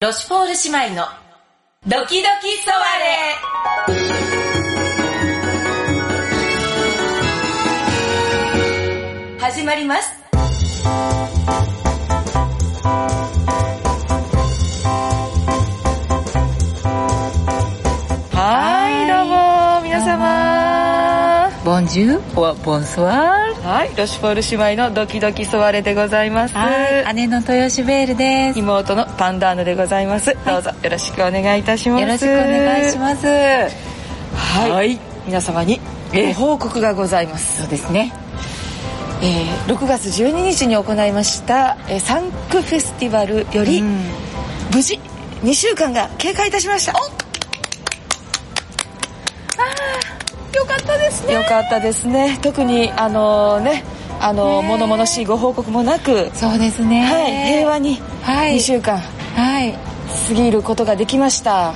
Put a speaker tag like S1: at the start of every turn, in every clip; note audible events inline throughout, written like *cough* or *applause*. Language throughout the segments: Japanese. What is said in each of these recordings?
S1: ロシュポール姉妹のドキドキソワレ始まります。
S2: はい、どうも、皆様。
S3: ボンジューはボンソワール。
S2: はい、ロシュポール姉妹のドキドキソワレでございます。
S3: はい、姉の豊吉ベールです。よ
S2: 妹のパンダーヌでございます。どうぞよろしくお願いいたします。
S3: ろしくお願いし
S2: す。
S3: ます。
S2: はい、皆様にご報告がございます。
S3: そうですね。
S2: えー6月12日に行いました、えーサンクフェスティバルより、無事2週間が経過いたしましたあーよかったですねよかったですね特にあのねあの物々しいご報告もなく、
S3: そうですね。
S2: はい、平和に
S3: はい
S2: 2週間
S3: はい。
S2: 過ぎることができました、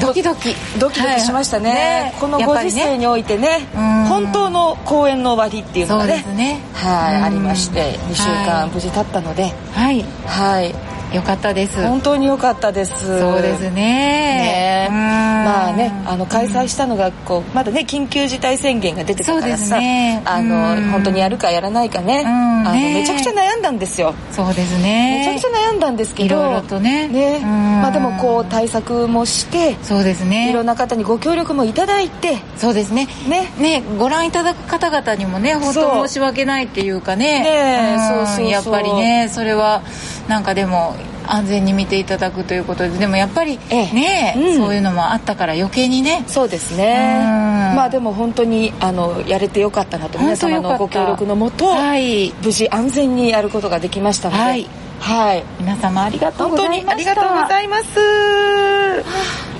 S3: ドキドキ。
S2: ドキドキしましたね,、このご時世
S3: に。
S2: においてね
S3: うん
S2: 本当の公演の終わりっていうの
S3: そ
S2: が
S3: うで
S2: ね
S3: すね。
S2: はい、
S3: うん
S2: ありまして2週
S3: は
S2: 間
S3: い
S2: 無事経ったので
S3: はい。
S2: はい
S3: よかったです。
S2: 本当に良かったです
S3: そうですね。
S2: ね
S3: うん
S2: まあねあの開催したのがこうまだね緊急事態宣言が出てたから
S3: そうです
S2: さ、
S3: ね
S2: あ
S3: うん
S2: の本当にやるかやらないかね,、
S3: ん
S2: あの
S3: ね
S2: めちゃくちゃ悩んだんですよ、
S3: そうですね。
S2: めちゃくちゃ悩んだんですけど
S3: いろいろとね
S2: ね
S3: うん
S2: まあ、でもこう対策もして
S3: そうですね。
S2: いろんな方にご協力もいただいて
S3: そうですね。
S2: ね
S3: ね、ご覧いただく方々にもね本
S2: そう
S3: 当申し訳ないっていうかね
S2: ねえ
S3: ん
S2: そうそうそう
S3: やっぱりねそれはなんかでも安全に見ていただくということででもやっぱり
S2: ええ
S3: ね、
S2: うん
S3: そういうのもあったから余計にね
S2: そうですね
S3: うん
S2: まあでも本当にあのやれてよかったなと皆
S3: 本当
S2: 様
S3: よか
S2: の
S3: った
S2: ご協力のもと、
S3: はい
S2: 無事安全にやることができましたのでは
S3: はい
S2: はい
S3: 皆様ありがとう
S2: 本
S3: ござ
S2: 当
S3: いま
S2: に
S3: した
S2: ありがとうございます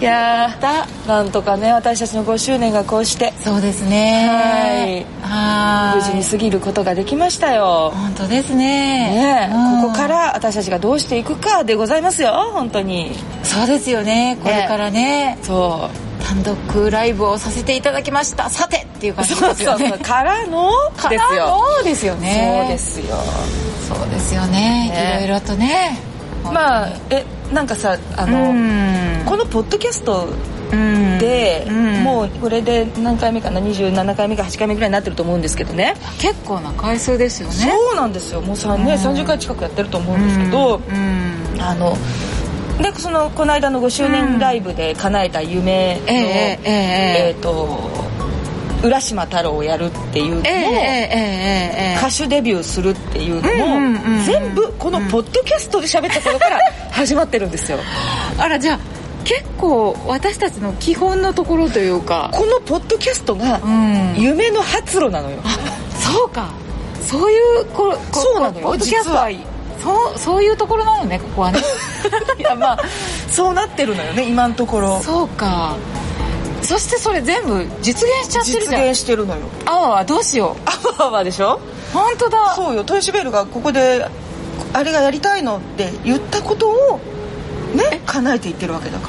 S2: いやーなんとかね私たちの5周年がこうして
S3: そうですねは
S2: 無事に過ぎることができましたよ
S3: 本当ですね
S2: ねえ
S3: うん
S2: ここから私たちがどうしていくかでございますよ本当に
S3: そうですよねこれからね
S2: そ
S3: 単独ライブをさせていただきましたさてっていう
S2: う
S3: 感じ
S2: そう
S3: です
S2: そ
S3: よ
S2: うそう
S3: ね
S2: からの
S3: か
S2: で
S3: ら
S2: すよ
S3: のですよね
S2: そうですよ
S3: そうですよね
S2: ね
S3: いろいろとね
S2: まあえなんかさあ
S3: あの
S2: の、このポッドキャストで、
S3: うん
S2: もうこれで何回目かな27回目か8回目ぐらいになってると思うんですけどね
S3: 結構な回数ですよね
S2: そうなんですよもう3年、30回近くやってると思うんですけど、
S3: うん
S2: あのでそのこの間の5周年ライブで叶えた夢の、
S3: えええ
S2: え
S3: ええ
S2: ーと浦島太郎をやるっていうのも、
S3: えええええええ
S2: 歌手デビューするってい
S3: う
S2: う
S3: んうん
S2: の
S3: うんう
S2: も
S3: ん
S2: 全部このポッドキャストで喋った頃から始まってるんですよ
S3: あらじゃあ結構私たちの基本のところというか
S2: このポッドキャストが
S3: うん
S2: 夢の発露なのよ
S3: そうかそういうここ
S2: そうなのよ
S3: ポッドキャスト
S2: 実は
S3: そうそういうところなのねここ *laughs* はね
S2: いやまあそうなってるのよね今のところ
S3: そうかそしてそれ全部実現しちゃって
S2: 実
S3: るじゃん
S2: 現してるのよ
S3: あわわどうしよう
S2: あわあわでしょ
S3: 本当だ
S2: そうよトヨシベルがここであれがやりたいのって言ったことをね叶えていってるわけだか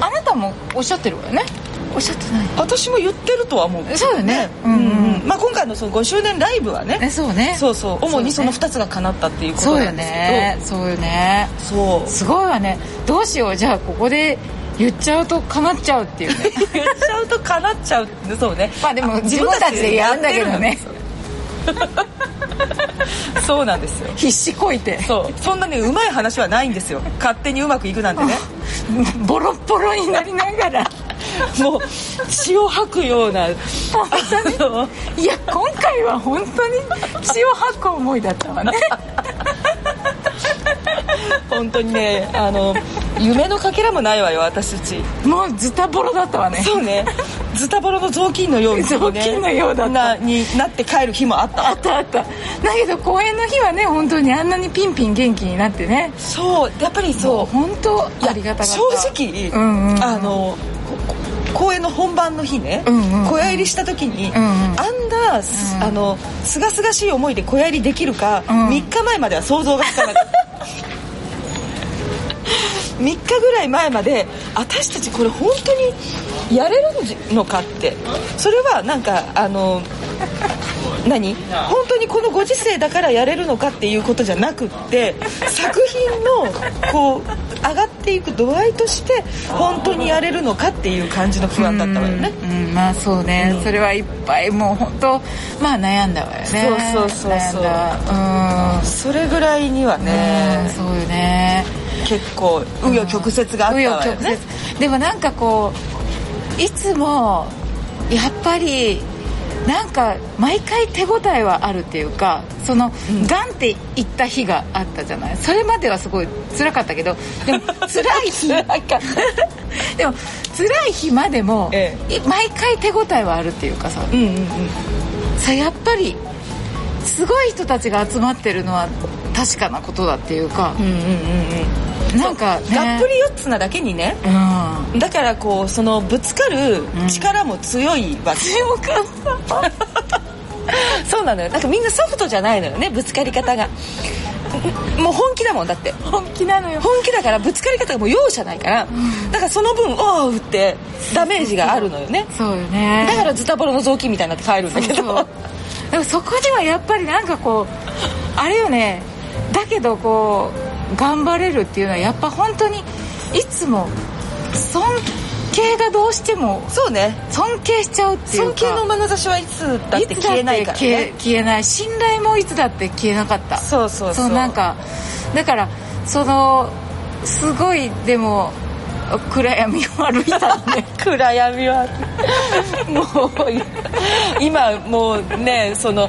S2: ら
S3: あなたもおっしゃってるわよねおっしゃってない
S2: 私も言ってるとは思う
S3: そうよね
S2: うん
S3: うんうん
S2: うんまあ、今回のその5周年ライブはね
S3: ねそうね
S2: そうそう主にその
S3: そうね
S2: 2つが叶ったっていうこと
S3: そう
S2: な
S3: よ
S2: んです
S3: ねそうよね
S2: けどそう,、
S3: すごいわねどうしようじゃあここで言っちゃうと叶っちゃうって
S2: *laughs*
S3: いうね
S2: 言っちゃうと叶っちゃうそうね
S3: まあでも自分たちでやるんだけどね
S2: そうなんですよ
S3: 必死こいて
S2: そうそんなねうまい話はないんですよ勝手にうまくいくなんてね
S3: ボロッボロになりなが
S2: *laughs*
S3: ら
S2: もう血を吐くようなあの
S3: いや今回は本当に血を吐く思いだったわ
S2: *laughs*
S3: ね
S2: 本当にねあの夢のかけらもないわよ私たち
S3: もうズタボロだったわね
S2: そうねズタボロの雑巾のように、ね、
S3: 雑巾のようだった
S2: なになって帰る日もあった
S3: あったあっただけど公演の日はね本当にあんなにピンピン元気になってね
S2: そうやっぱり
S3: も
S2: そう
S3: 本当ありがたかった
S2: 正直、
S3: うんうん
S2: あのこ公演の本番の日ね、
S3: うんうん
S2: 小屋入りした時に、
S3: んうん
S2: あんな、すあのすがすがしい思いで小屋入りできるか、
S3: ん
S2: 3日前までは想像がつかなかった
S3: *laughs*
S2: 3日ぐらい前まで私たちこれ本当にやれるのかってそれはなんかあの何本当にこのご時世だからやれるのかっていうことじゃなくって作品のこう上がっていく度合いとして本当にやれるのかっていう感じの不安だったわよね、
S3: うん、まあそうね、それはいっぱいもう本当まあ悩んだわよね
S2: そうそうそうそ
S3: 悩
S2: う
S3: んだ
S2: それぐらいには
S3: うん、うん、
S2: ね、
S3: そうよね
S2: 結構紆余曲折があったわ
S3: 紆
S2: よ
S3: 余
S2: ね、
S3: 曲折でもなんかこういつもやっぱりなんか毎回手応えはあるっていうかその、ガンっていった日があったじゃないそれまではすごい辛かったけどでも辛
S2: *laughs*
S3: い日 *laughs* でも辛い日までも、
S2: え
S3: い毎回手応えはあるっていうかさ、
S2: うんうんうん
S3: さやっぱりすごい人たちが集まってるのは確かなことだっていうか、
S2: うんうんうんうん
S3: なんか、ね、
S2: がっぷり四つなだけにね
S3: うん
S2: だからこうそのぶつかる力も強いわけ、
S3: 強かった
S2: そうなのよなんかみんなソフトじゃないのよねぶつかり方がもう本気だもんだって
S3: 本気なのよ
S2: 本気だからぶつかり方がもう容赦ないから、だからその分おーってダメージがあるのよね
S3: そうよね
S2: だからズタボロの雑巾みたいになって帰るんだけど
S3: そうでもそこではやっぱりなんかこうあれよねだけどこう頑張れるっていうのはやっぱ本当にいつも尊敬がどうしても
S2: そうね
S3: 尊敬しちゃうっていうか
S2: 尊敬の眼差しはいつだっ
S3: い
S2: て
S3: つだっ
S2: 消え
S3: て
S2: ないから
S3: 消え
S2: ね
S3: 消えない信頼もいつだって消えなかった
S2: そうそうそう
S3: そうなんかだからそのすごいでも暗闇を歩いたのね
S2: *laughs* 暗闇はもうい今もうねその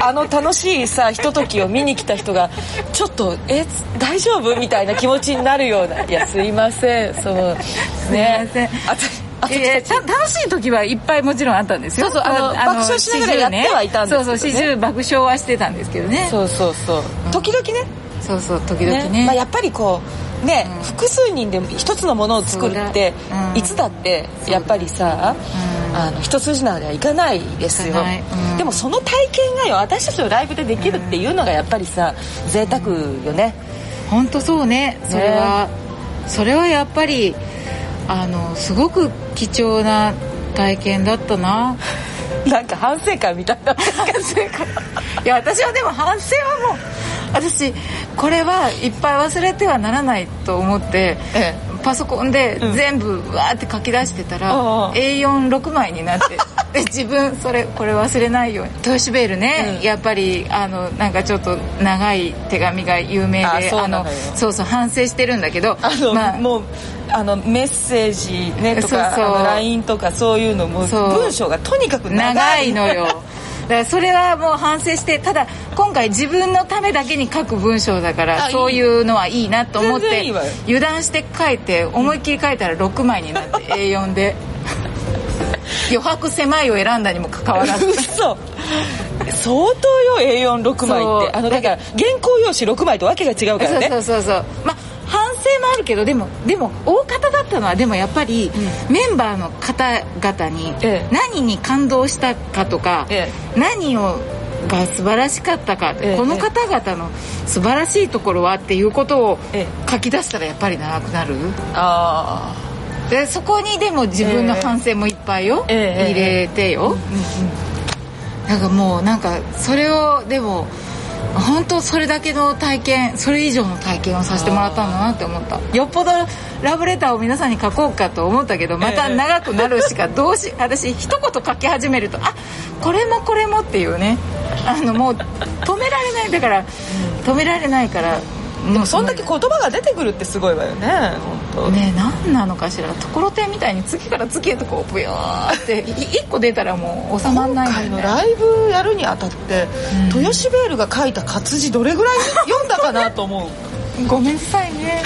S2: あの楽しいさひとときを見に来た人がちょっとえ大丈夫みたいな気持ちになるようないやすいませんそうね
S3: すいません
S2: あたあ
S3: いやいやた楽しい時はいっぱいもちろんあったんですよ
S2: そうそうあの爆笑しながらやってはいたんですけどね
S3: そうそう四十爆笑はしてたんですけどね
S2: そうそうそう時々ね
S3: そうそう時々ね
S2: ねまあ、やっぱりこうね、複数人で一つのものを作るって
S3: そうだ、うん
S2: いつだってやっぱりさ、あの一筋縄ではいかないです
S3: い
S2: よ
S3: かない、うん
S2: でもその体験がよ私たちのライブでできるっていうのがやっぱりさ贅沢よね、
S3: 本当そうねそれは、それはやっぱりあのすごく貴重な体験だった
S2: *laughs*
S3: な
S2: なんか反省会みたいな
S3: いや私はでも反省はもう私これはいっぱい忘れてはならないと思って、
S2: え
S3: パソコンで全部わーって書き出してたら、
S2: ああ
S3: A46 枚になって
S2: *laughs*
S3: で自分それこれ忘れないようにトヨシベールね、
S2: うん
S3: やっぱりあのなんかちょっと長い手紙が有名で
S2: あそうな
S3: の
S2: のよ
S3: そうそう反省してるんだけど
S2: あの、
S3: まあ
S2: もうあのメッセージねとか
S3: そうそう
S2: あの LINE とかそういうのも
S3: そう
S2: 文章がとにかく長い
S3: 長いのよだからそれはもう反省してただ今回自分のためだけに書く文章だか
S2: あ
S3: ら
S2: いい
S3: そういうのはいいなと思っ
S2: 全然
S3: て
S2: いいわよ
S3: 油断して書いて思いっきり書いたら6枚になって A4 で余白狭いを選んだにもかかわらず
S2: 嘘相当よ A46 枚って
S3: そう
S2: あのだから原稿用紙6枚とわけが違うからね
S3: そうそうそうそうまあ反省もあるけどでもでも大方だったのはでもやっぱり、メンバーの方々に
S2: ええ
S3: 何に感動したかとか、
S2: え
S3: 何をが素晴らしかったか、
S2: ええ
S3: この方々の素晴らしいところはっていうことを
S2: え
S3: 書き出したらやっぱり長くなる
S2: あ
S3: でそこにでも自分の反省もいっぱいよ、
S2: ええええ
S3: 入れてよ、なんかもうなんかそれをでも本当それだけの体験それ以上の体験をさせてもらったんだなって思ったよっぽどラブレターを皆さんに書こうかと思ったけどまた
S2: ええ
S3: 長くなるしかどうし私一言書き始めるとあこれもこれもっていうねあのもう止められないだから止められないから
S2: で
S3: も
S2: もそんだけ言葉が出てくるってすごいわよね本
S3: ねえ何なのかしらところてんみたいに次から次へとこうブヨーってい1個出たらもう収ま
S2: 当
S3: ん
S2: 今
S3: ない
S2: 回
S3: よ
S2: の
S3: ね
S2: ライブやるにあたって、
S3: うん
S2: 豊シベールが書いた活字どれぐらい読んだかなと思う
S3: ごめんなさい *laughs* ね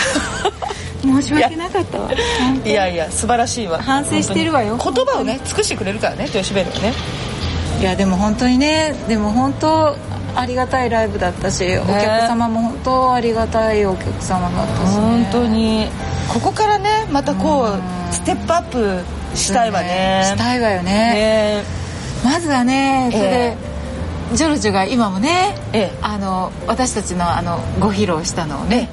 S3: 申し訳なかったわ
S2: *laughs* いやいや素晴らしいわ
S3: 反省してるわよ
S2: 本当に言葉をね尽くしてくれるからね豊シベールはね
S3: いやでも本当にねでも本当ありがたいライブだったし、お客様も本当ありがたいお客様だったし、ね、
S2: 本当にここからねまたこうステップアップしたいわね
S3: したいわよね
S2: ね
S3: まずはねそれで、ジョルジュが今もね、
S2: ええ
S3: あの私たちのあのご披露したのをね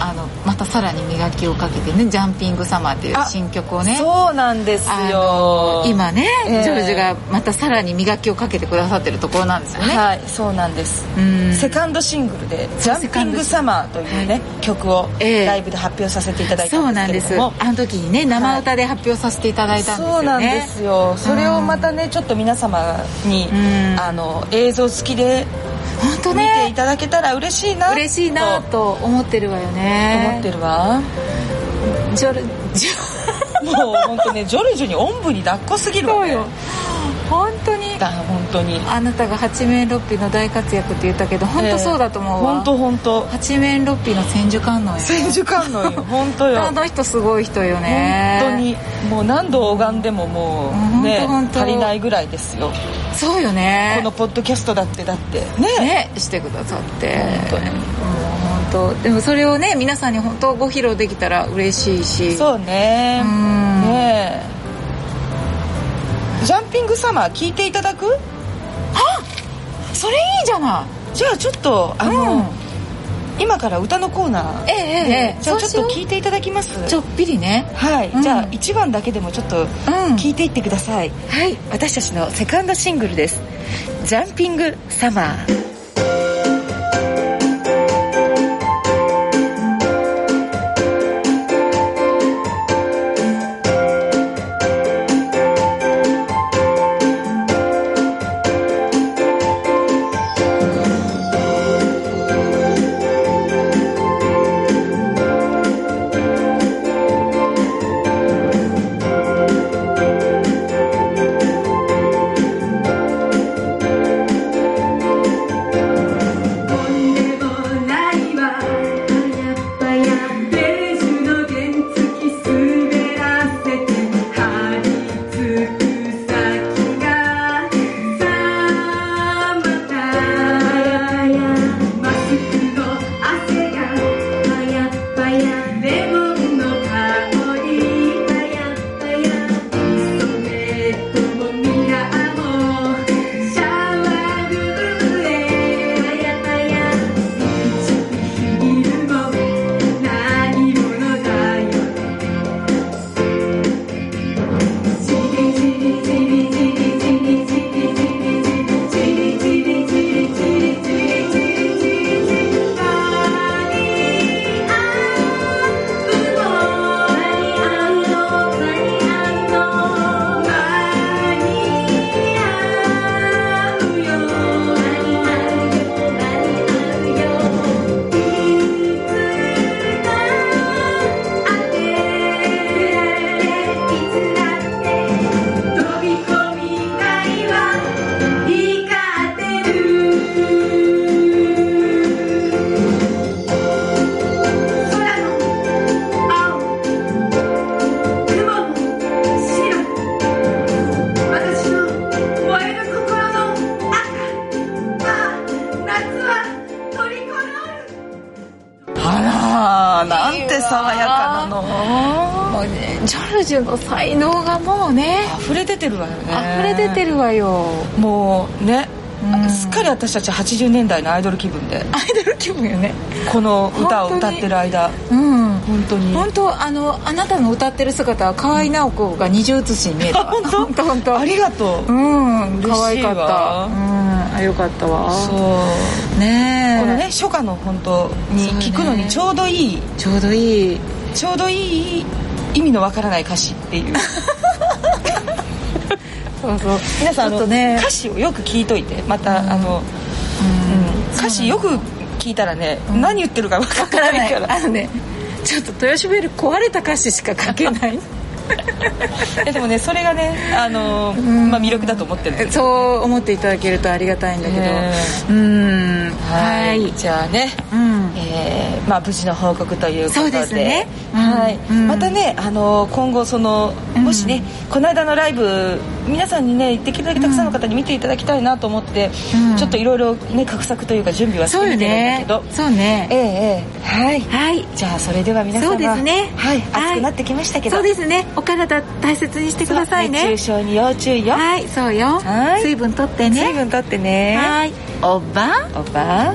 S3: あのまた再さらに磨きをかけてね「ジャンピングサマー」っていう
S2: あ
S3: 新曲をね
S2: そうなんです
S3: あ
S2: よ
S3: の今ね、
S2: ええ
S3: ジョージがまたさらに磨きをかけてくださってるところなんですよね、
S2: はいそうなんです
S3: うん
S2: セカンドシングルで「ジ
S3: そう
S2: ャンピングサマー」というね曲を
S3: ええ
S2: ライブで発表させていただい
S3: そ
S2: た
S3: うん
S2: で
S3: な
S2: す
S3: ん
S2: け
S3: で
S2: れど
S3: す
S2: も
S3: あの時にね生歌で発表させていただいたんですよね
S2: そうなんですよそれをまたねちょっと皆様に
S3: うん
S2: あの映像付きで
S3: 本当
S2: 見てい
S3: ね
S2: ただけたら嬉しいな
S3: 嬉しいな
S2: と
S3: と思ってるわよね
S2: 思ってるわ
S3: ジョルジョ
S2: もう本
S3: *laughs*
S2: 当ねジョルジュにおんぶに抱っこすぎるわ
S3: そう
S2: ね
S3: よ本当に
S2: だ本当に
S3: あなたが八面六臂の大活躍って言ったけど本当そうだと思うわ、
S2: 本当本当
S3: 八面六臂の千手観音よ
S2: 千手観音よ本当よ
S3: あの人すごい人よね
S2: 本当にもう何度拝んでももうね
S3: うん本当本当
S2: 足りないぐらいですよ
S3: そうよね
S2: このポッドキャストだってだってね
S3: ねしてくださって
S2: 本当に
S3: もう本当でもそれをね皆さんに本当ご披露できたら嬉しいし
S2: そうね
S3: うん
S2: ねえジャンピングサマー聞いていただく
S3: それいいじゃな
S2: じゃあちょっとあの、
S3: うん
S2: 今から歌のコーナー
S3: いええええええ
S2: じゃあちょっと
S3: い
S2: 聞いていただきます
S3: ちょっぴりね
S2: はい、
S3: うん
S2: じゃあ1番だけでもちょっと聞いていってください、
S3: はい
S2: 私たちのセカンドシングルです「ジャンピングサマー」
S4: 私の燃える心の赤ああ夏はトリコロール
S2: あらなんて爽やかなの
S3: もうねジョルジュの才能がもうね
S2: 溢れ出てるわよね
S3: 溢れ出てるわよ
S2: もうね、
S3: うん
S2: すっかり私たち80年代のアイドル気分で
S3: アイドル気分よね
S2: この歌を歌ってる間
S3: うん
S2: 本当に
S3: 本当あのあなたの歌ってる姿は河合直子が二重写しに見えたわ本当本当
S2: ありがと
S3: う
S2: う、
S3: ん
S2: 嬉しいわ
S3: 可愛かったうんあよかったわ
S2: そう
S3: ねえ
S2: このね初夏の本当に聞くのにちょうどいい、
S3: ちょうどいい
S2: ちょうどいい意味のわからない歌詞っていう
S3: そうそう
S2: 皆さん
S3: *laughs* ち
S2: あ
S3: ょっ
S2: の、
S3: とね
S2: 歌詞をよく聞いといてまた、あの、うん歌詞よく聞いたらね、何言ってるかわからないから
S3: あのねちょっと豊島ベル壊れた歌詞しか書けない
S2: *laughs* え *laughs* でもねそれがねあの、まあ、魅力だと思ってるんだけど
S3: そう思っていただけるとありがたいんだけど、
S2: ね
S3: うんは
S2: はいいじゃあね、
S3: うん
S2: えーまあ、無事の報告というこ
S3: そう
S2: とで
S3: ですねうん
S2: はい
S3: うん
S2: またね、あの今後そのもしね、この間のライブ皆さんにねできるだけたくさんの方に見ていただきたいなと思って、
S3: うん
S2: ちょっといろいろね画策というか準備はし
S3: そ
S2: て
S3: うよ
S2: みてるんだけ
S3: ね
S2: ど、
S3: そうね
S2: ええええはい
S3: はい
S2: じゃあそれでは皆様
S3: そうですね
S2: はい、
S3: はい
S2: 暑くなってきましたけど
S3: そうですねお体大切にしてください
S2: そう熱
S3: ね
S2: 中症に要注意よ、
S3: はいそうよ
S2: はい
S3: 水分とって
S2: 水
S3: ね
S2: 分とってね
S3: はいおば
S2: おば